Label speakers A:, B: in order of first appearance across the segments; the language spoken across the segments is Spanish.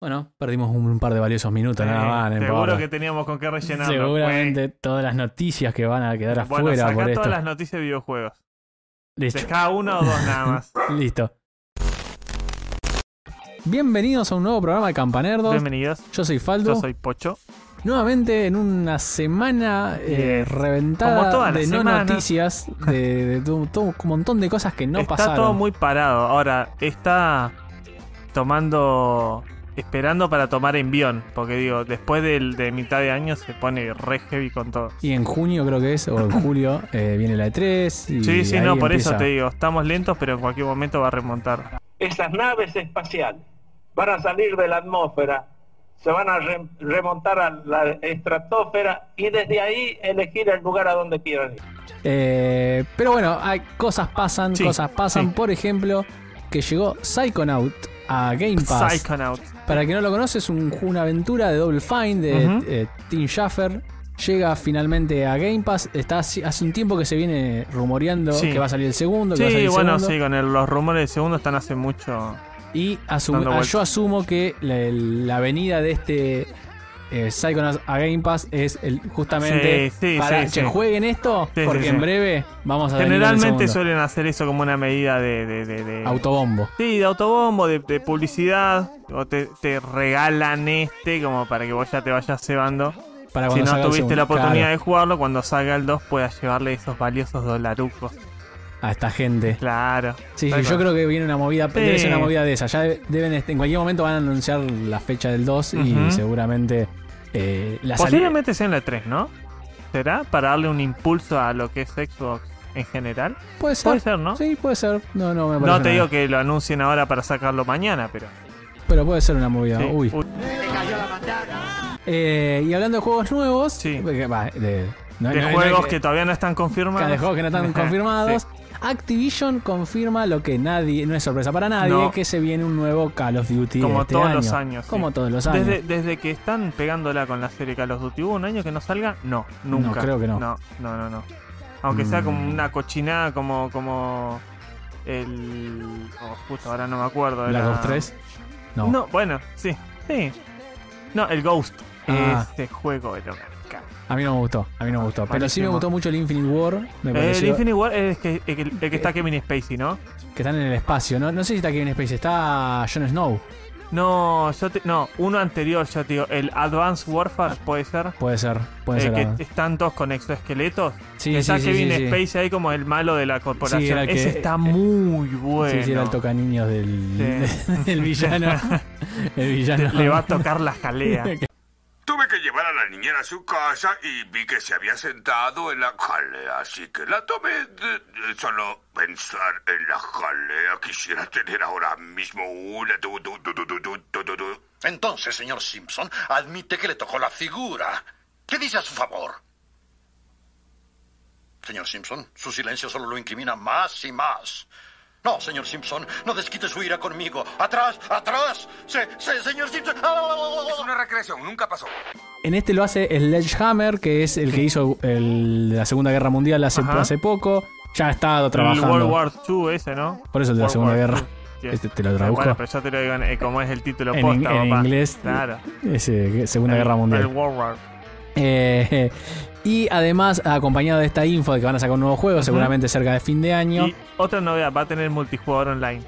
A: Bueno, perdimos un, un par de valiosos minutos, nada más. no
B: seguro
A: importa.
B: que teníamos con qué rellenarlo.
A: Seguramente todas las noticias que van a quedar
B: güey. Bueno,
A: afuera
B: saca
A: por
B: todas
A: esto.
B: las noticias de videojuegos.
A: Listo.
B: Dejá una o dos nada más.
A: Listo. Bienvenidos a un nuevo programa de Campanerdos.
B: Bienvenidos.
A: Yo soy Faldo.
B: Yo soy Pocho.
A: Nuevamente en una semana eh,
B: Bien.
A: reventada
B: Como todas las
A: de no
B: semanas.
A: noticias, de, de todo- todo un montón de cosas que no
B: está
A: pasaron.
B: todo muy parado. Ahora, está tomando. Esperando para tomar envión. Porque digo, después del, de mitad de año se pone re heavy con todo.
A: Y en junio creo que es, o en julio, eh, viene la E3. Y
B: Sí, sí, no,
A: ahí
B: por eso
A: empieza.
B: te digo, estamos lentos, pero en cualquier momento va a remontar.
C: esas naves espaciales van a salir de la atmósfera, se van a re- remontar a la estratosfera y desde ahí elegir el lugar a donde quieran ir.
A: Eh, pero bueno, hay cosas pasan,
B: Sí,
A: cosas pasan.
B: sí.
A: Por ejemplo, que llegó Psychonaut a Game Pass.
B: Psychonaut.
A: Para el que no lo conoce, es un- una aventura de Double Fine de
B: Ujú.
A: eh, Tim Schafer. Llega finalmente a Game Pass. Está hace hace un tiempo que se viene rumoreando
B: Sí.
A: que va a salir el segundo. que va a salir el
B: Sí, bueno,
A: segundo.
B: sí, con el- los rumores del segundo están hace mucho.
A: Y asum-
B: Dando
A: ah,
B: vueltas.
A: yo asumo que la, la venida de este eh, Psychonauts a Game Pass es el- justamente
B: Sí, sí,
A: para
B: sí,
A: che,
B: sí.
A: jueguen esto
B: Sí,
A: porque
B: sí,
A: en
B: sí.
A: breve vamos a venir con el
B: Generalmente
A: segundo.
B: suelen hacer eso como una medida de. de, de- de-
A: autobombo.
B: Sí, de autobombo, de, de publicidad. O te, te regalan este como para que vos ya te vayas cebando.
A: Para Ah, cuando
B: Si no
A: salga el
B: tuviste
A: segundo.
B: la oportunidad
A: Claro,
B: de jugarlo, cuando salga el 2 puedas llevarle esos valiosos dolarucos.
A: a esta gente.
B: Claro.
A: Sí, sí,
B: Tal
A: yo
B: cual.
A: creo que viene una movida, debe ser una
B: Sí.
A: movida de esa. Ya de- deben, est- en cualquier momento van a anunciar la fecha del 2 y
B: Ujú.
A: seguramente eh, la salida.
B: Posiblemente sea en la 3, ¿no? ¿Será? Para darle un impulso a lo que es Xbox en general.
A: Puede ser.
B: Puede ser, ¿no?
A: Sí, puede ser. No, no, me parece
B: No te
A: una-
B: digo que lo anuncien ahora para sacarlo mañana, pero.
A: Pero puede ser una movida.
B: sí.
A: Uy.
B: Uy,
A: Eh, y hablando de juegos nuevos,
B: Sí.
A: porque, va, de, no-
B: de
A: no- no hay
B: juegos
A: que-
B: que todavía no están confirmados.
A: de juegos que no están confirmados,
B: Sí.
A: Activision confirma lo que nadie, no es sorpresa para nadie,
B: No.
A: que se viene un nuevo Call of Duty
B: Como
A: este
B: todos
A: año.
B: los años, sí.
A: Como todos los años.
B: Desde, desde que están pegándola con la serie Call of Duty, ¿hubo un año que no salga? No, nunca.
A: No, creo que no.
B: No, no, no. no. Aunque sea como
A: Mm.
B: una cochinada, como. como el. Oh, justo ahora no me acuerdo.
A: Black
B: era-
A: Ops 3. No.
B: No. bueno, sí, sí. No, el Ghost.
A: Ah.
B: Este juego era una caca.
A: a mí no me gustó, a mí no me gustó, pero sí me
B: Malísimo.
A: gustó mucho el Infinite War, me
B: El
A: pareció
B: Infinity War es que, el, que- el que está Kevin Spacey, ¿no?
A: que están en el espacio, no no sé si está Kevin Spacey, está Jon Snow,
B: No, yo te- no, uno anterior, yo te digo, el Advanced Warfare puede ser.
A: puede ser, puede
B: eh,
A: ser.
B: que
A: ah.
B: están todos con exoesqueletos.
A: Sí,
B: que
A: sí,
B: está
A: sí,
B: Kevin
A: sí, sí.
B: Spacey ahí como el malo de la
A: Sí,
B: corporación.
A: era el que- eh,
B: Ese está muy
A: Sí,
B: bueno.
A: sí, era el tocaniños del,
B: Sí.
A: del villano. El villano.
B: Le va a tocar la jalea.
D: Tuve que llevar a la niñera a su casa y vi que se había sentado en la jalea, así que la tomé. de- de- solo pensar en la jalea quisiera tener ahora mismo una. tu- tu- tu- tu- tu- tu- tu- tu- tu.
E: Entonces, señor Simpson, admite que le tocó la figura. ¿Qué dice a su favor? Señor Simpson, su silencio solo lo incrimina más y más. No, señor Simpson, no desquite su ira conmigo. ¡Atrás! ¡Atrás! Se, se- ¡Señor Simpson!
D: Es una recreación, nunca pasó.
A: En este lo hace Sledgehammer, que es el que hizo el de la Segunda Guerra Mundial hace,
B: Ajá.
A: hace poco. Ya ha estado
B: El
A: trabajando.
B: World War II ese, ¿no?
A: Por eso el de la
B: World
A: Segunda
B: War
A: Guerra.
B: II. Sí.
A: Este te lo
B: Eh,
A: traduzco.
B: Bueno, pero ya te lo digo en- eh, como es el título
A: en,
B: posta,
A: in- en
B: papá.
A: inglés,
B: Claro.
A: ese, Segunda
B: El-
A: Guerra
B: El
A: Mundial.
B: World War.
A: Eh, y además, acompañado de esta info de que van a sacar un nuevo juego, seguramente cerca de fin de año,
B: Y otra novedad, va a tener multijugador online.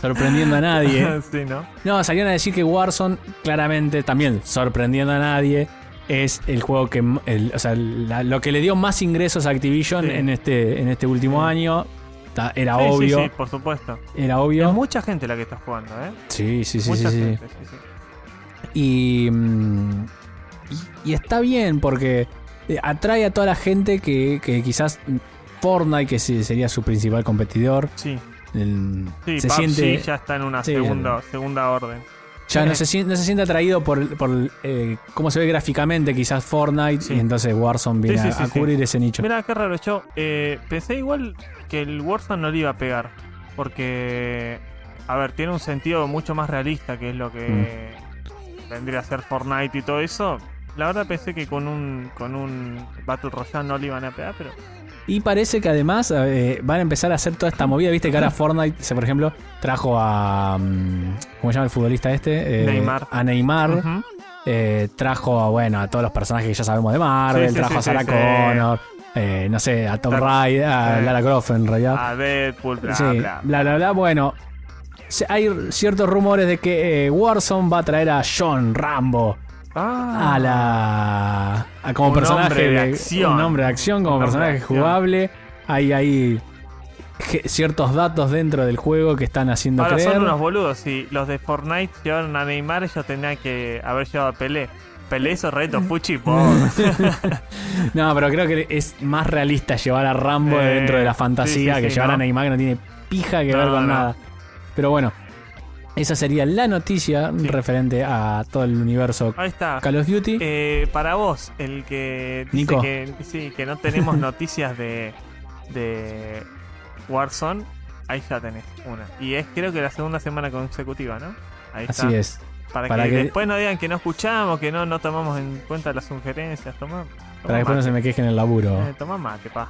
A: sorprendiendo a nadie. ¿eh?
B: sí, ¿no?
A: No, salieron a decir que Warzone, claramente, también sorprendiendo a nadie, es el juego que. m- el- o sea, la- lo que le dio más ingresos a Activision
B: Sí.
A: en, este, en este último año. Ta- Era
B: Sí, sí,
A: Ah, obvio.
B: Sí, por supuesto.
A: Era
B: Es
A: obvio.
B: mucha gente la que está jugando, ¿eh?
A: Sí, sí, sí, sí,
B: mucha
A: sí.
B: gente, sí, sí.
A: Y, mm, y, y está bien porque eh, atrae a toda la gente que, que quizás Fortnite, que se- sería su principal competidor,
B: Sí,
A: el-
B: sí,
A: se
B: PUBG
A: siente
B: ya está en una
A: Sí,
B: segunda, segunda orden.
A: ya no se, sien- no se siente atraído por, por eh, cómo se ve gráficamente quizás Fortnite
B: Sí.
A: y entonces Warzone viene
B: Sí,
A: a-
B: sí, sí,
A: a,
B: sí.
A: cubrir ese nicho.
B: Mira, qué raro, yo eh, pensé igual que el Warzone no le iba a pegar. Porque, a ver, tiene un sentido mucho más realista que es lo que
A: Mm.
B: vendría a ser Fortnite y todo eso. La verdad pensé que con un, con un Battle Royale no le iban a pegar, pero
A: Y parece que además eh, van a empezar a hacer toda esta movida. Viste
B: Mm.
A: que ahora Fortnite, se, por ejemplo, trajo a. mm, ¿Cómo se llama el futbolista este? Eh,
B: Neymar.
A: A Neymar.
B: Ujú.
A: Eh, trajo a, bueno, a todos los personajes que ya sabemos de Marvel.
B: Sí, sí,
A: trajo
B: sí,
A: a Sarah
B: sí, sí.
A: Connor. eh, no sé, a Tom
B: Tra-
A: Raider. A
B: sí.
A: Lara Croft en realidad.
B: A Deadpool, bla,
A: Ah. Sí,
B: bla.
A: bla, bla, bla. Bueno, se- hay ciertos rumores de que eh, Warzone va a traer a John Rambo
B: Ah,
A: a la. a como
B: Un
A: personaje
B: hombre de acción.
A: Un hombre de acción, como
B: Un hombre de
A: personaje
B: acción.
A: jugable. Hay, hay ge- ciertos datos dentro del juego que están haciendo
B: Ahora
A: creer.
B: son unos boludos, sí. Los de Fortnite llevaron a Neymar, ellos tenían que haber llevado a Pelé. Pelé hizo reto Fuchi pobre.
A: No, pero creo que es más realista llevar a Rambo
B: Eh,
A: dentro de la fantasía
B: sí, sí,
A: que
B: sí,
A: llevar a
B: ¿no?
A: Neymar que no tiene pija que
B: No,
A: ver con
B: no.
A: nada. Pero bueno, esa sería la noticia referente a todo el universo
B: Ahí está.
A: Call of Duty.
B: Eh, para vos, el que dice
A: Nico.
B: que sí, que no tenemos noticias de, de Warzone, ahí ya tenés una. Y es creo que la segunda semana consecutiva, ¿no? Ahí
A: Así
B: está.
A: es.
B: Para,
A: Para
B: que,
A: que-
B: después no digan que no escuchamos, que no, no tomamos en cuenta las sugerencias. Toma, toma
A: Para que después no se
B: mate.
A: me quejen en el laburo.
B: Eh, toma mate, pa.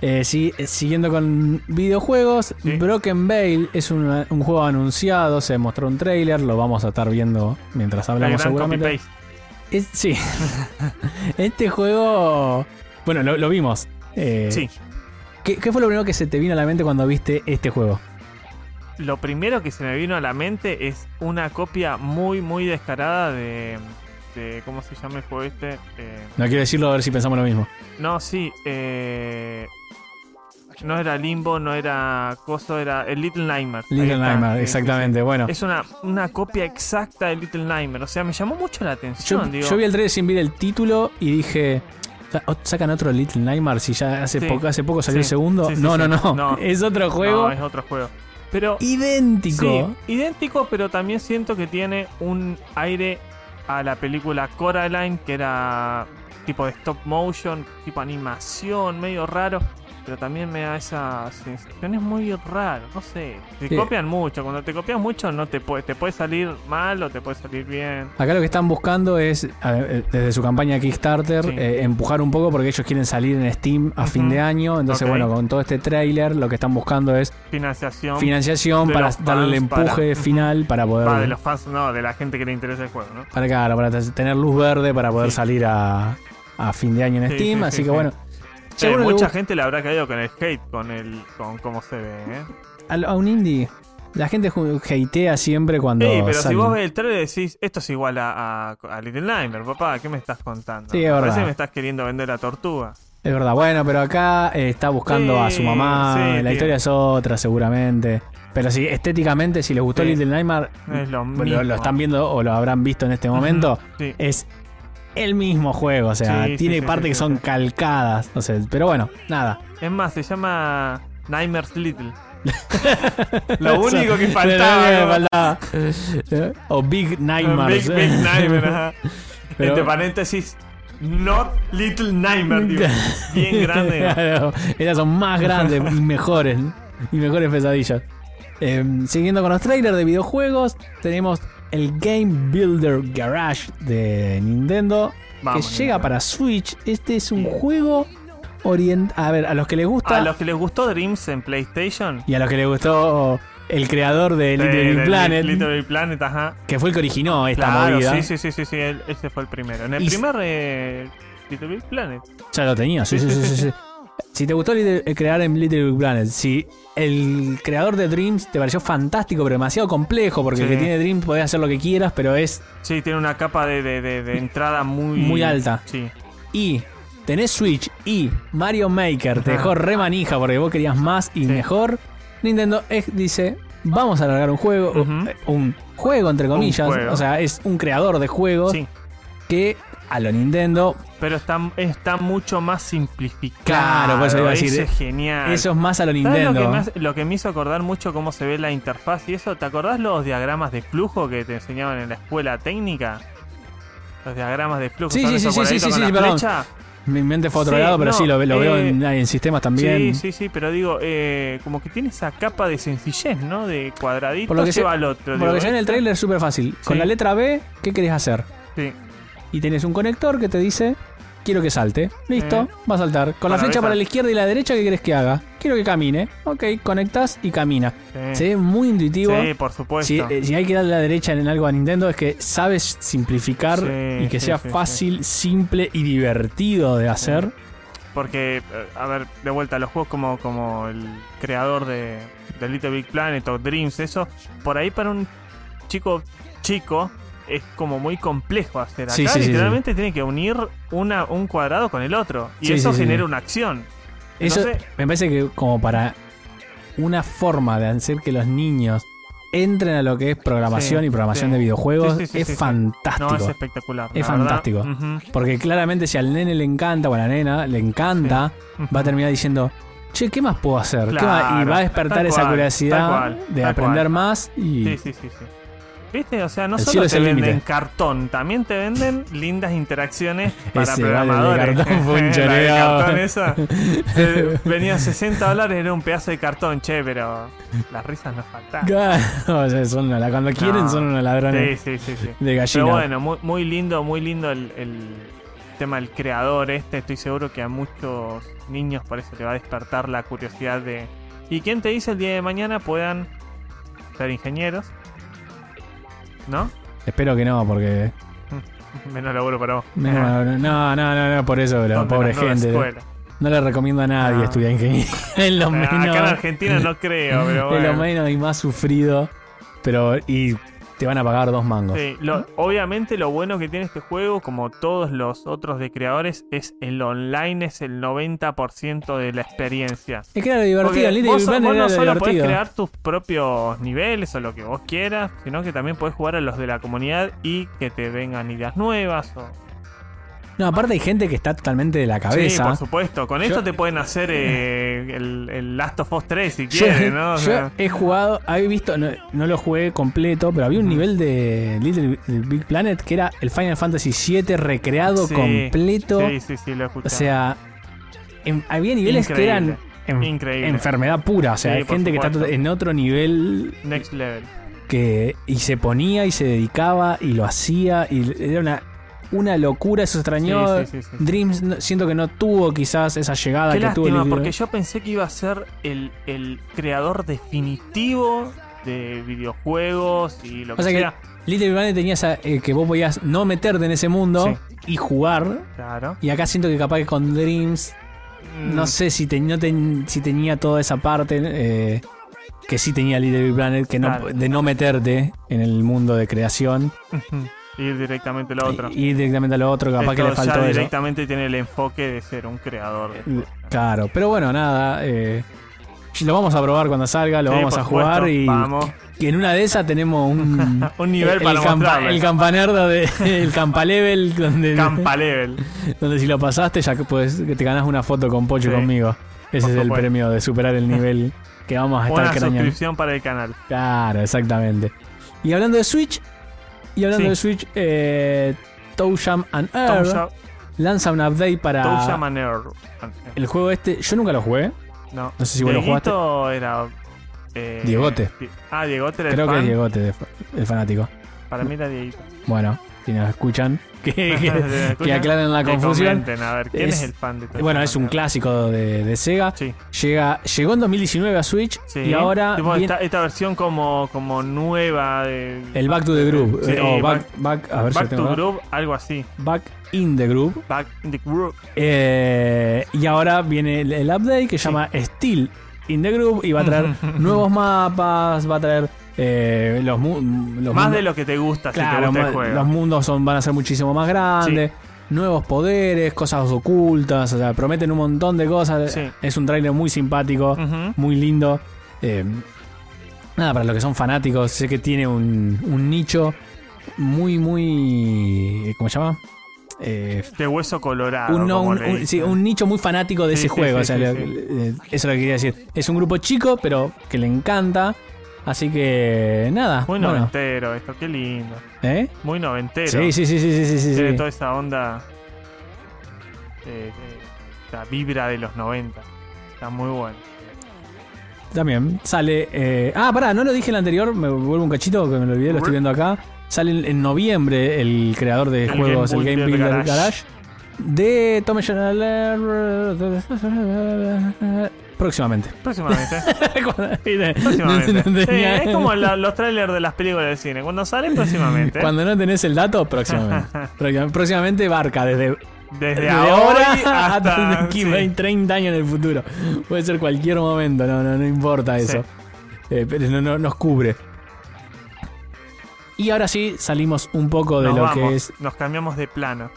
A: Eh, sí, eh, siguiendo con videojuegos,
B: Sí.
A: Broken Veil es una- un juego anunciado, se mostró un trailer, lo vamos a estar viendo mientras
B: La
A: hablamos
B: gran copy
A: seguramente.
B: paste.
A: Es- sí. este juego. Bueno, lo, lo vimos. Eh,
B: Sí.
A: ¿qué, qué fue lo primero que se te vino a la mente cuando viste este juego?
B: Lo primero que se me vino a la mente es una copia muy, muy descarada de. de- ¿Cómo se llama el juego este? Eh,
A: No quiero decirlo a ver si pensamos lo mismo.
B: no, sí. eh, no era Limbo, no era Coso, era el Little Nightmare. Ahí
A: Little
B: está,
A: Nightmare,
B: sí,
A: exactamente. Bueno,
B: sí, sí. Es una, una copia exacta de Little Nightmare. O sea, me llamó mucho la
A: yo,
B: atención. digo,
A: yo vi el trailer sin ver el título y dije. "Sa- o- Sacan otro Little Nightmare si ya hace,
B: Sí.
A: poco, hace poco salió
B: Sí.
A: el segundo.
B: Sí, sí,
A: no,
B: sí.
A: no, no,
B: No.
A: Es otro
B: No,
A: juego
B: es otro juego. Pero
A: idéntico.
B: Sí, idéntico, pero también siento que tiene un aire a la película Coraline, que era tipo de stop motion, tipo animación, medio raro. Pero también me da esa sensación, es muy raro, no sé. Te
A: Sí.
B: copian mucho, cuando te copian mucho no te puede, te puede salir mal o te puede salir bien.
A: Acá lo que están buscando es, a ver, eh, desde su campaña Kickstarter,
B: Sí.
A: eh, empujar un poco porque ellos quieren salir en Steam a fin
B: Ujú.
A: de año. Entonces,
B: Ok.
A: bueno, con todo este trailer, lo que están buscando es
B: Financiación.
A: financiación
B: de
A: para
B: los
A: darle el
B: fans para-
A: empuje
B: Ujú.
A: final para poder.
B: Va, de los fans, no, de la gente que le interesa el juego, ¿no?
A: Para, claro, para t- tener luz verde para poder
B: Sí.
A: salir a, a fin de año en
B: Sí,
A: Steam.
B: sí,
A: Así
B: sí,
A: que,
B: sí.
A: bueno.
B: Eh,
A: si a uno le
B: mucha
A: gusta-
B: gente le habrá caído con el hate, con el con cómo se ve, ¿eh?
A: al- a, un indie. La gente ju- hatea siempre cuando.
B: Sí, pero si
A: salen.
B: vos ves el trailer decís, esto es igual a, a- a Little Nightmare, papá, ¿qué me estás contando?
A: Sí, es
B: Parece
A: verdad.
B: que me estás queriendo vender la tortuga.
A: Es verdad, bueno, pero acá eh, está buscando a su
B: Sí,
A: mamá.
B: sí,
A: la
B: tiene.
A: historia es otra, seguramente. Pero sí, estéticamente, si les gustó
B: Sí.
A: Little Nightmare,
B: Es
A: lo,
B: lo mismo.
A: lo están viendo o lo habrán visto en este momento.
B: Sí.
A: Es el mismo juego, o sea,
B: Sí, sí,
A: tiene
B: sí,
A: partes
B: sí,
A: que
B: sí,
A: son
B: sí.
A: calcadas. No sé, pero bueno, nada.
B: Es más, se llama Nightmares Little.
A: Eso-
B: lo único que
A: lo único
B: faltaba. ¿no?
A: que faltaba. o Big Nightmare.
B: Big, Big Nightmare, ajá.
A: eh. Pero-
B: Entre paréntesis, not Little Nightmare, digo. Bien grande. ¿no?
A: Claro, Ellas son más grandes y mejores. Y mejores pesadillas. Eh, siguiendo con los trailers de videojuegos, tenemos el Game Builder Garage de Nintendo.
B: Vamos,
A: que llega
B: Nintendo.
A: para Switch. Este es un juego orientado. A ver, a los que les gusta.
B: A los que les gustó Dreams en PlayStation,
A: Y a los que les gustó el creador de Little
B: eh,
A: Big
B: de
A: Planet.
B: Little Big Planet, ajá.
A: Que fue el que originó esta
B: Claro,
A: movida.
B: sí, sí, sí, sí, sí, el- ese fue el primero. En el
A: Y-
B: primer eh, Little Big Planet.
A: Ya lo tenía, sí, sí, sí, sí, sí. Si te gustó Little- eh, crear en Little Big Planet, si el creador de Dreams te pareció fantástico, pero demasiado complejo, porque el
B: Sí.
A: que tiene Dreams podés hacer lo que quieras, pero es.
B: Sí, tiene una capa de, de- de- de entrada muy...
A: Muy alta.
B: Sí.
A: Y tenés Switch y Mario Maker, te dejó re manija porque vos querías más y
B: Sí.
A: mejor. Nintendo es- dice: Vamos a alargar un juego,
B: Ujú.
A: eh, un juego entre comillas,
B: juego.
A: o sea, es un creador de juegos
B: Sí.
A: que a lo Nintendo
B: Pero está, está mucho más simplificado.
A: Claro, por eso iba a decir, eh,
B: Eso es genial.
A: Eso es más a lo
B: Ah. ¿Sabes
A: Nintendo.
B: Lo, que me, hace- lo que me hizo acordar mucho cómo se ve la interfaz y eso? ¿Te acordás los diagramas de flujo que te enseñaban en la escuela técnica? Los diagramas de flujo.
A: Sí,
B: ¿son
A: sí,
B: esos
A: sí, sí,
B: cuadraditos
A: sí,
B: con
A: sí,
B: la
A: perdón.
B: flecha?
A: Mi mente fue a otro
B: Sí,
A: lado, pero
B: no,
A: sí, lo, lo veo
B: eh,
A: en, en sistemas también.
B: Sí, sí, sí, pero digo, eh, como que tiene esa capa de sencillez, ¿no? De cuadradito
A: Por lo que
B: lleva
A: sé-
B: al otro.
A: Por lo
B: digo, ¿eh?
A: que ya en el trailer es súper fácil. Con
B: Sí.
A: la letra B, ¿qué querés hacer?
B: Sí.
A: Y tenés un conector que te dice quiero que salte. Listo,
B: Eh.
A: va a saltar. Con la
B: Maravilla.
A: flecha para la izquierda y la derecha, ¿qué querés que haga? Quiero que camine. Ok, conectas y camina.
B: Sí.
A: Se ve muy intuitivo.
B: Sí, por supuesto.
A: Si, eh, si hay que darle a la derecha en algo a Nintendo es que sabes simplificar
B: Sí,
A: y que
B: sí,
A: sea
B: sí,
A: fácil, simple y divertido de hacer.
B: Porque, eh, a ver, de vuelta, los juegos como, como el creador de, de Little Big Planet o Dreams, eso, por ahí para un chico chico es como muy complejo hacer. Acá
A: Sí, sí, sí,
B: literalmente tiene que unir una, un cuadrado con el otro. Y
A: Sí,
B: eso
A: sí, sí.
B: genera una acción.
A: Eso
B: Entonces-
A: me parece que como para una forma de hacer que los niños entren a lo que es programación
B: Sí,
A: y programación
B: sí.
A: de videojuegos
B: Sí, sí, sí,
A: es
B: sí, sí.
A: fantástico.
B: No, es espectacular.
A: Es
B: la verdad.
A: fantástico.
B: Ujú.
A: Porque claramente si al nene le encanta o a la nena le encanta,
B: Ujú.
A: va a terminar diciendo, che, ¿qué más puedo hacer? ¿Qué más?" Y
B: Claro,
A: va a despertar
B: tal
A: esa
B: cual,
A: curiosidad
B: tal cual,
A: de
B: tal
A: aprender
B: cual.
A: más y...
B: Sí, sí, sí, sí. ¿Viste? O sea, no
A: El cielo
B: solo
A: es
B: te
A: el
B: venden
A: límite.
B: cartón, también te venden lindas interacciones para
A: Ese vale de
B: programadores.
A: cartón fue un
B: La de
A: choreo.
B: cartón esa. Te- Venía 60 dólares, era un pedazo de cartón, che, pero las risas nos faltaban.
A: Claro, o sea, son una la- cuando quieren
B: No.
A: son unos
B: Sí,
A: ladrones
B: sí, sí, sí.
A: de gallina.
B: Pero bueno, muy, muy lindo, muy lindo el, el tema del creador este. Estoy seguro que a muchos niños por eso le va a despertar la curiosidad de... ¿Y quién te dice el día de mañana puedan ser ingenieros? ¿No?
A: Espero que no, porque...
B: Menos laburo para vos.
A: No, no, no, no, no, por eso, pero
B: Donde
A: pobre
B: mandó la
A: gente.
B: escuela.
A: No le recomiendo a nadie
B: Ah.
A: estudiar ingeniería. Es lo
B: Ah,
A: menos,
B: Acá en Argentina no creo, pero
A: es lo
B: bueno.
A: menos y más sufrido. Pero, y te van a pagar dos mangos.
B: Sí, lo- obviamente lo bueno que tiene este juego, como todos los otros de creadores, es el online es el 90% de la experiencia.
A: Es que era lo divertido,
B: Porque
A: el Little
B: vos,
A: Big Planet
B: vos
A: era lo
B: no solo podés
A: divertido.
B: crear tus propios niveles o lo que vos quieras, sino que también podés jugar a los de la comunidad y que te vengan ideas nuevas. O...
A: No, aparte hay gente que está totalmente de la
B: Sí, por
A: cabeza.
B: supuesto. Con esto te pueden hacer eh, el, el Last of Us 3 si
A: yo,
B: quieres, ¿no? O
A: yo
B: sea,
A: he jugado, había visto, no, no lo jugué completo, pero había un nivel de Little Big Planet que era el Final Fantasy VII recreado
B: sí,
A: completo.
B: Sí, sí, sí, lo he
A: O
B: escuchado.
A: sea, en- había niveles
B: Increíble.
A: que eran en-
B: Increíble.
A: enfermedad pura. O sea,
B: Sí,
A: hay
B: por
A: gente que está
B: supuesto.
A: en otro nivel
B: Next level.
A: que y se ponía y se dedicaba y lo hacía y era una, una locura. Eso extrañó.
B: Sí, sí, sí, sí, sí.
A: Dreams no- siento que no tuvo quizás esa llegada
B: Qué
A: que tuvo.
B: lástima,
A: Little-
B: porque yo pensé que iba a ser el, el creador definitivo de videojuegos y lo
A: O sea
B: que
A: que
B: sea.
A: Little Big Planet tenía esa, eh, que vos podías no meterte en ese mundo y jugar.
B: Claro.
A: Y acá siento que capaz que con Dreams No
B: Mm,
A: sé si, te- no ten- si tenía toda esa parte eh, que sí tenía Little Big Planet, que no,
B: Claro.
A: de no meterte en el mundo de creación
B: Ir directamente a lo otro.
A: y ir directamente a lo otro, capaz que
B: Esto
A: le faltó
B: ya
A: eso.
B: directamente tiene el enfoque de ser un creador. de-
A: Claro, pero bueno, nada. eh, lo vamos a probar cuando salga, lo
B: Sí,
A: vamos
B: por
A: a jugar
B: supuesto,
A: y,
B: vamos.
A: y en una de esas tenemos un,
B: Un nivel
A: el,
B: para
A: el campa-
B: mostrarles.
A: el campanerdo de, el campa level donde,
B: Campa level.
A: donde si lo pasaste ya que puedes, que te ganás una foto con Pocho y
B: Sí.
A: conmigo. Ese
B: Por
A: es el
B: supuesto.
A: premio de superar el nivel que vamos a estar
B: Una
A: craneando.
B: suscripción para el canal.
A: Claro, exactamente. Y hablando de Switch, y hablando
B: Sí.
A: de Switch, eh, Toe Jam and Earl
B: Toucha
A: lanza un update para
B: Toucha Manor.
A: el juego este. Yo nunca lo jugué.
B: No.
A: no sé si vos lo
B: Dieguito era. eh,
A: Diegote.
B: Di- Ah, Diegote era el
A: Creo que
B: fan.
A: es Diegote, de- el fanático.
B: Para mí era Dieguito.
A: Bueno, si nos escuchan, que, que-
B: ¿Escuchan?
A: que aclaren la
B: Que
A: confusión.
B: comenten, a ver, ¿quién
A: Es-
B: es, el fan de este Toucha
A: Bueno, es un
B: Manor?
A: clásico de, de Sega.
B: Sí.
A: Llega, llegó en 2019 a Switch
B: Sí.
A: y ahora
B: Tipo,
A: viene
B: esta, esta versión como, como nueva de
A: el Back to the Groove.
B: Sí,
A: eh, o
B: back-
A: back, back- a ver si
B: Back
A: lo tengo
B: to
A: acá.
B: Groove, algo así.
A: Back in the Groove.
B: Back in the Groove.
A: Eh, y ahora viene el, el update que se llama Steel in the Group y va a traer nuevos mapas, va a traer eh, los, mu- los
B: Más
A: mundos-
B: de lo que te gusta si te
A: claro,
B: gusta
A: ma-
B: el juego.
A: los mundos son, van a ser muchísimo más grandes, nuevos poderes, cosas ocultas, o sea, prometen un montón de cosas.
B: Sí.
A: Es un tráiler muy simpático,
B: Ujú.
A: muy lindo. Eh, nada, para los que son fanáticos, sé que tiene un, un nicho muy, muy... ¿Cómo se llama? Eh,
B: De hueso colorado.
A: un, no-
B: como
A: un-
B: le
A: un-
B: dicen.
A: sí, un nicho muy fanático de
B: Sí,
A: ese
B: sí,
A: juego.
B: sí,
A: o sea,
B: sí,
A: lo-
B: sí.
A: eh, Eso es lo que quería decir. Es un grupo chico, pero que le encanta. Así que nada.
B: Muy
A: bueno,
B: noventero esto, qué lindo.
A: ¿eh?
B: Muy noventero.
A: Sí, sí, sí, sí, sí, sí, sí,
B: Tiene
A: sí.
B: toda esa onda. eh, eh, la vibra de los 90. Está muy bueno.
A: También sale. eh, ah, pará, no lo dije en el anterior. Me vuelvo un cachito que me lo olvidé, lo estoy viendo acá. Sale en, en noviembre el creador de
B: El
A: juegos,
B: Game
A: el Game
B: Builder
A: Builder Garage.
B: Garage.
A: de Tom Próximamente.
B: Próximamente.
A: Cuando-
B: Próximamente.
A: Tenía-
B: Sí, es como la- los trailers de las películas del cine. Cuando salen, próximamente.
A: Cuando no tenés el dato, próximamente. Próxima- próximamente barca desde,
B: Desde,
A: desde
B: ahora
A: ahora hasta,
B: hasta.
A: aquí,
B: sí.
A: 20, 30 años en el futuro. Puede ser cualquier momento, no, no, no importa eso. Eh, pero no, no- nos cubre. Y ahora sí salimos un poco de
B: Nos
A: lo
B: vamos,
A: que es.
B: Nos cambiamos de plano.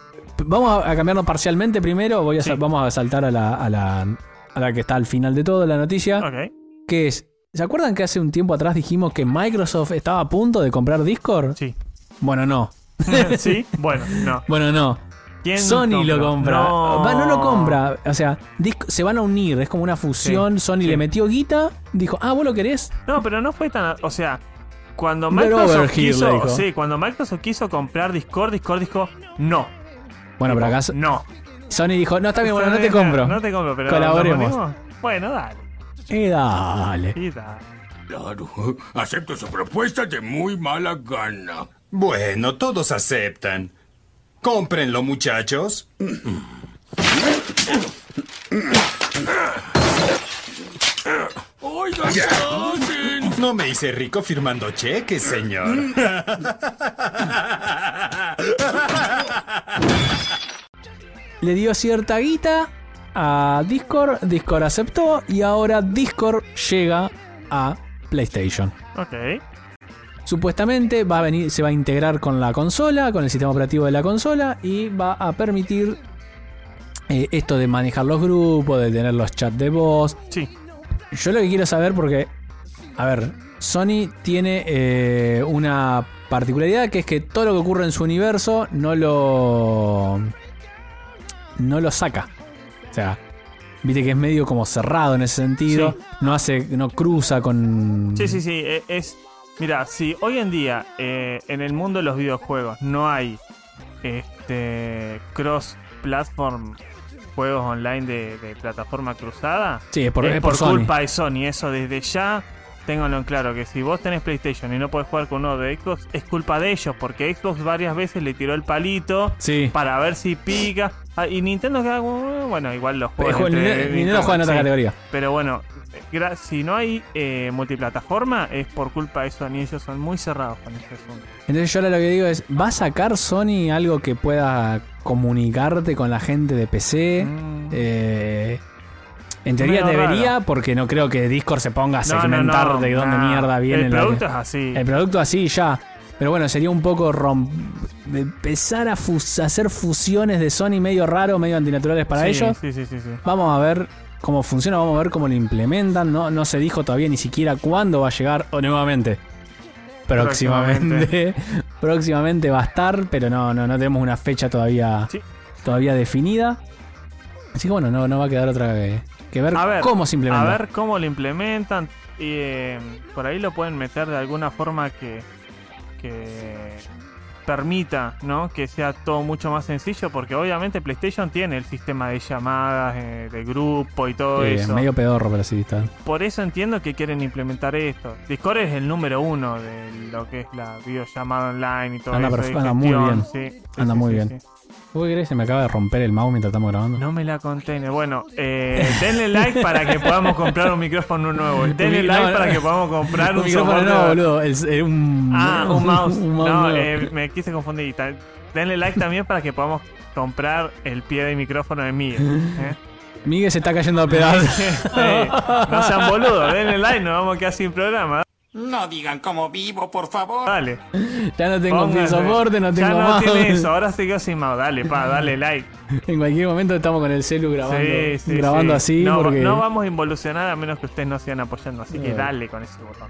A: Vamos a a cambiarnos parcialmente primero. Voy a,
B: Sí.
A: sal- Vamos a saltar a la, a, la, a la que está al final de todo, la noticia.
B: Ok.
A: Que es. ¿Se acuerdan que hace un tiempo atrás dijimos que Microsoft estaba a punto de comprar Discord?
B: Sí.
A: Bueno, no.
B: sí. Bueno, no.
A: Bueno, no.
B: ¿Quién
A: Sony lo compra.
B: No.
A: Va, no lo compra. O sea, Disc- se van a unir. Es como una fusión. Sony
B: sí.
A: le metió guita. Dijo, ah, vos lo querés.
B: No, pero no fue tan. O sea, cuando
A: Get over
B: Microsoft
A: here, le dijo.
B: quiso. Sí, cuando Microsoft quiso comprar Discord, Discord dijo no.
A: Bueno, pero acá
B: No.
A: Sony dijo, no, está bien, bueno, no te
B: Entonces,
A: compro.
B: No te compro, pero.
A: Colaboremos.
B: ¿lo ponemos? Bueno, dale.
A: Eh, dale.
B: Y dale.
D: Claro, acepto su propuesta de muy mala gana.
F: Bueno, todos aceptan. Cómprenlo, muchachos.
D: Oigan, hacen?
F: No me hice rico firmando cheques, señor.
A: Le dio cierta guita a Discord. Discord aceptó. Y ahora Discord llega a PlayStation.
B: Ok.
A: Supuestamente va a venir, se va a integrar con la consola, con el sistema operativo de la consola y va a permitir eh, esto de manejar los grupos, de tener los chats de voz.
B: Sí.
A: Yo lo que quiero saber porque, a ver, Sony tiene eh, una particularidad que es que todo lo que ocurre en su universo no lo no lo saca. O sea, viste que es medio como cerrado en ese sentido,
B: Sí.
A: no hace, no cruza con
B: Sí, sí, sí. e- Es. Mira, si hoy en día eh, en el mundo de los videojuegos no hay este cross platform juegos online de, de plataforma cruzada,
A: Sí, es por,
B: es
A: es por Sony.
B: culpa de Sony. Eso desde ya ténganlo en claro que si vos tenés PlayStation y no podés jugar con uno de Xbox, es culpa de ellos porque Xbox varias veces le tiró el palito
A: Sí.
B: para ver si pica. Ah, y Nintendo que hago, bueno, igual los
A: Pero
B: juegos.
A: juega-
B: entre
A: Nintendo,
B: Nintendo,
A: juega en otra
B: sí.
A: categoría.
B: Pero bueno, gra- si no hay eh, multiplataforma, es por culpa de Sony. Ellos son muy cerrados con este asunto.
A: Entonces yo ahora lo que digo es, ¿va a sacar Sony algo que pueda comunicarte con la gente de PC?
B: Mm.
A: Eh, en teoría
B: Medio
A: debería,
B: raro.
A: porque no creo que Discord se ponga a
B: No, no,
A: segmentar
B: no,
A: de dónde
B: nah.
A: mierda viene
B: El
A: la-
B: producto es así.
A: el producto así ya. Pero bueno, sería un poco rom- empezar a fus- hacer fusiones de Sony medio raro, medio antinaturales para
B: Sí,
A: ellos.
B: Sí, sí, sí, sí.
A: Vamos a ver cómo funciona, vamos a ver cómo lo implementan. No, no se dijo todavía ni siquiera cuándo va a llegar o nuevamente. Próximamente. Próximamente va a estar, pero no, no, no tenemos una fecha todavía,
B: Sí.
A: todavía definida. Así que bueno, no, no va a quedar otra que, que ver,
B: A ver,
A: cómo se implementa.
B: A ver cómo lo implementan. Y, eh, por ahí lo pueden meter de alguna forma que, que permita ¿no? que sea todo mucho más sencillo. Porque obviamente PlayStation tiene el sistema de llamadas, eh, de grupo y todo
A: Eh,
B: eso.
A: medio pedorro, pero sí está.
B: Por eso entiendo que quieren implementar esto. Discord es el número uno de lo que es la videollamada online y todo
A: Anda
B: eso.
A: perfe-
B: y
A: anda muy
B: gestión, sí, sí,
A: Anda
B: sí,
A: muy
B: sí,
A: bien.
B: sí.
A: ¿Vos querés? Se me acaba de romper el mouse mientras estamos grabando.
B: No me la contiene. Bueno, eh, denle like para que podamos comprar un micrófono nuevo. Denle
A: Mi-
B: like
A: no,
B: para
A: no.
B: que podamos comprar un,
A: micrófono
B: soporte-
A: no, boludo. es- eh, un,
B: Ah, un mouse.
A: un mouse
B: no,
A: nuevo.
B: eh, me quise confundir. Y ta- Denle like también para que podamos comprar el pie de micrófono de mí. ¿eh?
A: Miguel se está cayendo a pedazos.
B: Eh, no sean boludos, denle like, nos vamos a quedar sin programa.
G: No digan cómo vivo, por favor.
B: Dale.
A: ya no tengo un
B: Pónganse.
A: soporte, no tengo
B: Ya no
A: mouse.
B: tiene eso, ahora se quedó sin mouse. Dale, pa, dale like.
A: En cualquier momento estamos con el celu grabando,
B: Sí, sí,
A: grabando
B: sí.
A: así.
B: No,
A: porque...
B: no vamos a involucionar a menos que ustedes no sigan apoyando, así que
A: Eh.
B: dale con ese botón.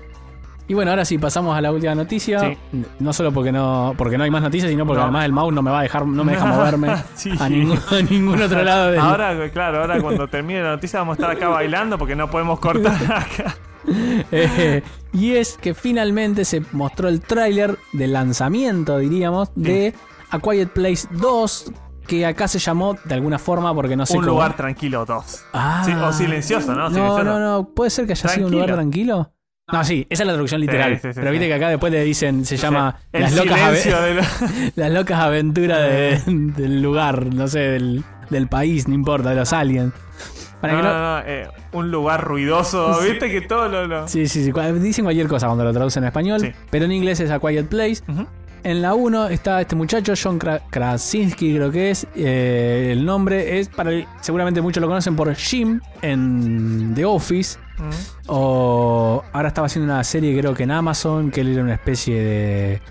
A: Y bueno, ahora sí pasamos a la última noticia.
B: Sí.
A: N- No solo porque no, porque no hay más noticias, sino porque
B: No.
A: además el mouse no me va a dejar, no me deja moverme
B: Sí.
A: a, ningún, a ningún otro lado del,
B: Ahora, claro, ahora cuando termine la noticia vamos a estar acá bailando porque no podemos cortar acá.
A: Eh, y es que finalmente se mostró el tráiler del lanzamiento, diríamos, de A Quiet Place 2, que acá se llamó de alguna forma porque no sé
B: un
A: cómo.
B: lugar tranquilo dos.
A: Ah.
B: Sí, o silencioso, ¿no?
A: No,
B: Silencioso.
A: no, no. Puede ser que haya sido un
B: Tranquilo.
A: lugar tranquilo. No, sí, esa es la traducción literal.
B: sí, sí,
A: pero viste
B: sí.
A: que acá después le dicen, se llama
B: El
A: las, locas
B: silencio
A: ave-
B: de Ah. la-
A: las locas aventuras de- del lugar, no sé, del, del país, no importa, de los aliens. Para
B: No,
A: que no-
B: no, no, eh, un lugar ruidoso, viste que todo lo... lo-
A: Sí, sí, sí. cua- Dicen cualquier cosa cuando lo traducen en español,
B: Sí.
A: pero en inglés es A Quiet Place.
B: Ujú.
A: En la 1 está este muchacho, John Kra- Krasinski, creo que es. eh, el nombre es, para seguramente muchos lo conocen por Jim en The Office.
B: Mm.
A: O ahora estaba haciendo una serie, creo que en Amazon, que él era una especie de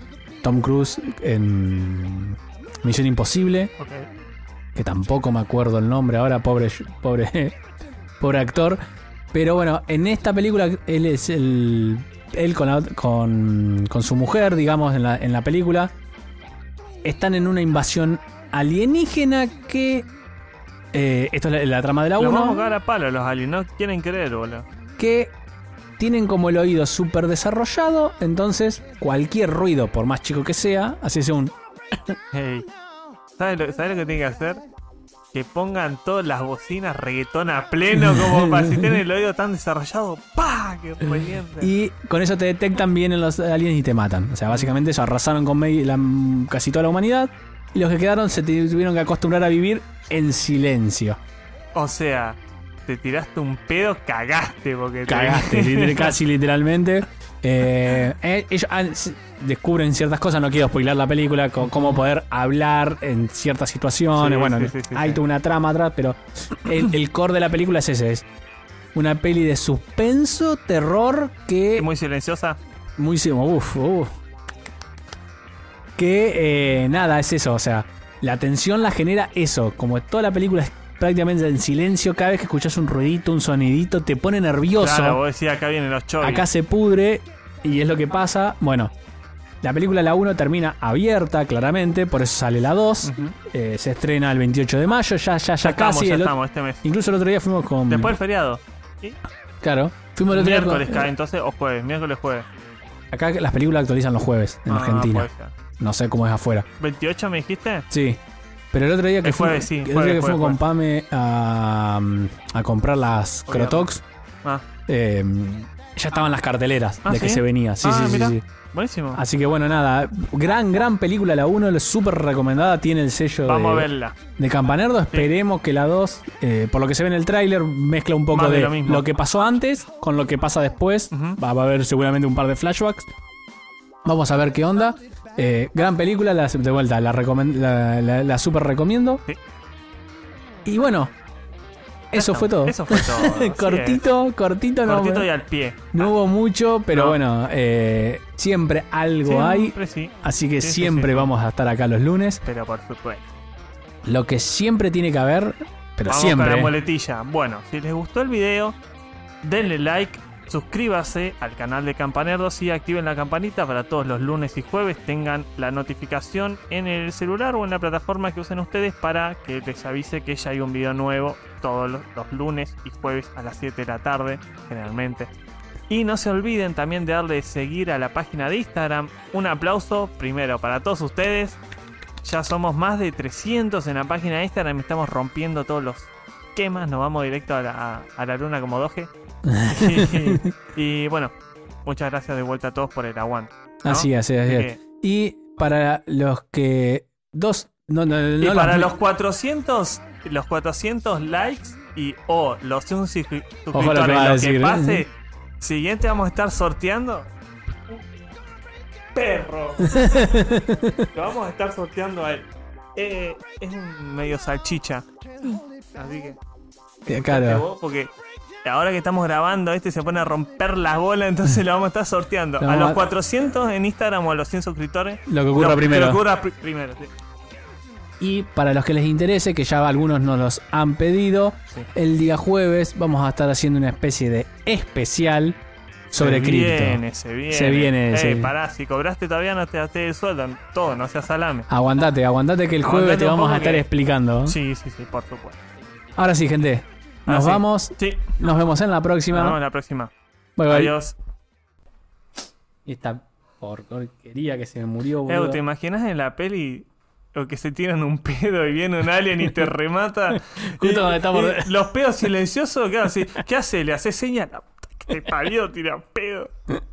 A: Tom Cruise en Misión Imposible,
B: Ok.
A: que tampoco me acuerdo el nombre ahora, pobre, pobre, pobre actor. Pero bueno, en esta película él es el. Él con, la ot- con, con su mujer, digamos, en la, en la película, están en una invasión alienígena que. eh, esto es la, la trama de la
B: Los vamos a
A: 1
B: cagar a palo los aliens, no quieren creer, boludo.
A: que tienen como el oído súper desarrollado, entonces cualquier ruido, por más chico que sea, así sea un...
B: Hey. ¿Sabes lo, sabés lo que tiene que hacer? Que pongan todas las bocinas reggaetón a pleno, como para si tienen el oído tan desarrollado. ¡Pah! ¡Qué revienta!
A: Y con eso te detectan, vienen los aliens y te matan. O sea, básicamente eso, arrasaron con mei- la- casi toda la humanidad y los que quedaron se ti- tuvieron que acostumbrar a vivir en silencio.
B: O sea, te tiraste un pedo, cagaste porque te-
A: Cagaste, liter- casi literalmente. Eh, eh, ellos han- s- descubren ciertas cosas, no quiero spoilar la película, co- cómo poder hablar en ciertas situaciones.
B: Sí,
A: bueno,
B: sí, sí, sí,
A: hay
B: sí.
A: toda una trama atrás, pero el, el core de la película es ese, es una peli de suspenso, terror, que...
B: Es muy silenciosa.
A: Muy... sim- uf, uf. Que eh, nada, es eso, o sea, la tensión la genera eso, como toda la película es prácticamente en silencio, cada vez que escuchas un ruidito, un sonidito, te pone nervioso.
B: Claro, vos decías, acá vienen los chovis.
A: Acá se pudre y es lo que pasa. Bueno, la película La 1 termina abierta, claramente, por eso sale la 2. Eh, se estrena el 28 de mayo, ya, ya, ya,
B: estamos,
A: casi.
B: ya
A: el otro-
B: estamos este mes.
A: Incluso el otro día fuimos con.
B: Después el feriado.
A: Claro, fuimos el otro día con-
B: Miércoles cae entonces, o jueves, miércoles jueves.
A: Acá las películas actualizan los jueves en
B: Ah,
A: Argentina.
B: puede ser.
A: No sé cómo es afuera.
B: 28 me dijiste.
A: Sí. Pero el otro día que
B: El
A: fuimos,
B: jueves, sí,
A: el otro día
B: jueves,
A: que
B: jueves,
A: fuimos con Pame a, mm, a comprar las
B: Obviamente.
A: Crotox,
B: Ah,
A: eh, ya estaban las carteleras
B: Ah,
A: de que
B: ¿sí?
A: se venía. Sí,
B: Ah,
A: sí, sí,
B: mirá.
A: sí.
B: buenísimo.
A: Así que bueno, nada, gran, gran película la 1, súper recomendada, tiene el sello
B: Vamos a
A: de,
B: verla.
A: de Campanerdo, esperemos que la 2, eh, por lo que se ve en el tráiler, mezcla un poco
B: Más de
A: de,
B: lo mismo.
A: que pasó antes con lo que pasa después,
B: Ujú.
A: va, va a haber seguramente un par de flashbacks, vamos a ver qué onda, Eh, gran película, la, de vuelta, la, recomen- la, la- la súper recomiendo.
B: Sí.
A: Y bueno, eso fue todo.
B: Eso fue todo. así es.
A: cortito, cortito, no,
B: Cortito y al pie.
A: no hubo mucho, pero
B: No.
A: bueno, eh, siempre algo hay.
B: Siempre sí,
A: Así que
B: Sí, sí,
A: siempre
B: sí.
A: vamos a estar acá los lunes.
B: pero por supuesto.
A: Lo que siempre tiene que haber, pero
B: Vamos
A: siempre.
B: con la
A: ¿eh?
B: muletilla. Bueno, si les gustó el video, denle like, suscríbase al canal de Campanerdos y activen la campanita para todos los lunes y jueves tengan la notificación en el celular o en la plataforma que usen ustedes para que les avise que ya hay un video nuevo todos los, los lunes y jueves a las 7 de la tarde, generalmente. Y no se olviden también de darle seguir a la página de Instagram. Un aplauso primero para todos ustedes. Ya somos más de 300 en la página de Instagram. Estamos rompiendo todos los esquemas. Nos vamos directo a la, a- a la luna como doje. y, y bueno, muchas gracias de vuelta a todos por el aguante. ¿no?
A: Así, así, así.
B: Eh,
A: Y para los que. Dos. No, no, no,
B: y
A: no
B: para
A: los-
B: los 400, los 400 likes y o los 100
A: lo
B: suscri-
A: que
B: suscriptores,
A: va a
B: lo
A: decir,
B: que
A: ¿eh?
B: pase, siguiente vamos a estar sorteando un perro. lo vamos a estar sorteando a él. Eh, es un medio salchicha. Así que
A: eh, Claro.
B: vos, porque ahora que estamos grabando este se pone a romper las bolas, entonces lo vamos a estar sorteando.
A: Lo
B: a
A: vamos
B: los
A: a-
B: 400 en Instagram o a los 100 suscriptores.
A: Lo que ocurra primero.
B: Lo que ocurra pri- primero, sí.
A: Y para los que les interese, que ya algunos nos los han pedido,
B: Sí.
A: el día jueves vamos a estar haciendo una especie de especial sobre
B: se
A: cripto.
B: Viene, se viene,
A: Se viene,
B: Ey,
A: se-
B: pará, si cobraste todavía no te gasté el sueldo. Todo, no seas salame.
A: Ah. Aguantate, aguantate que el jueves
B: Aguantate
A: te
B: un
A: vamos
B: poco
A: a estar
B: que-
A: explicando.
B: Sí, sí, sí, por supuesto.
A: Ahora sí, gente. Nos
B: Así.
A: vamos.
B: Sí,
A: Nos vemos en la próxima.
B: nos vemos en la próxima.
A: Bye, bye.
B: Adiós.
A: Y esta porquería que se me murió,
B: Ew,
A: boludo.
B: ¿te imaginas en la peli o que se tiran un pedo y viene un alien y te remata?
A: Justo
B: Y-
A: donde estamos-
B: y Los pedos silenciosos, claro, así, ¿qué hace? ¿Le hace señal? La puta que Te parió, tira pedo.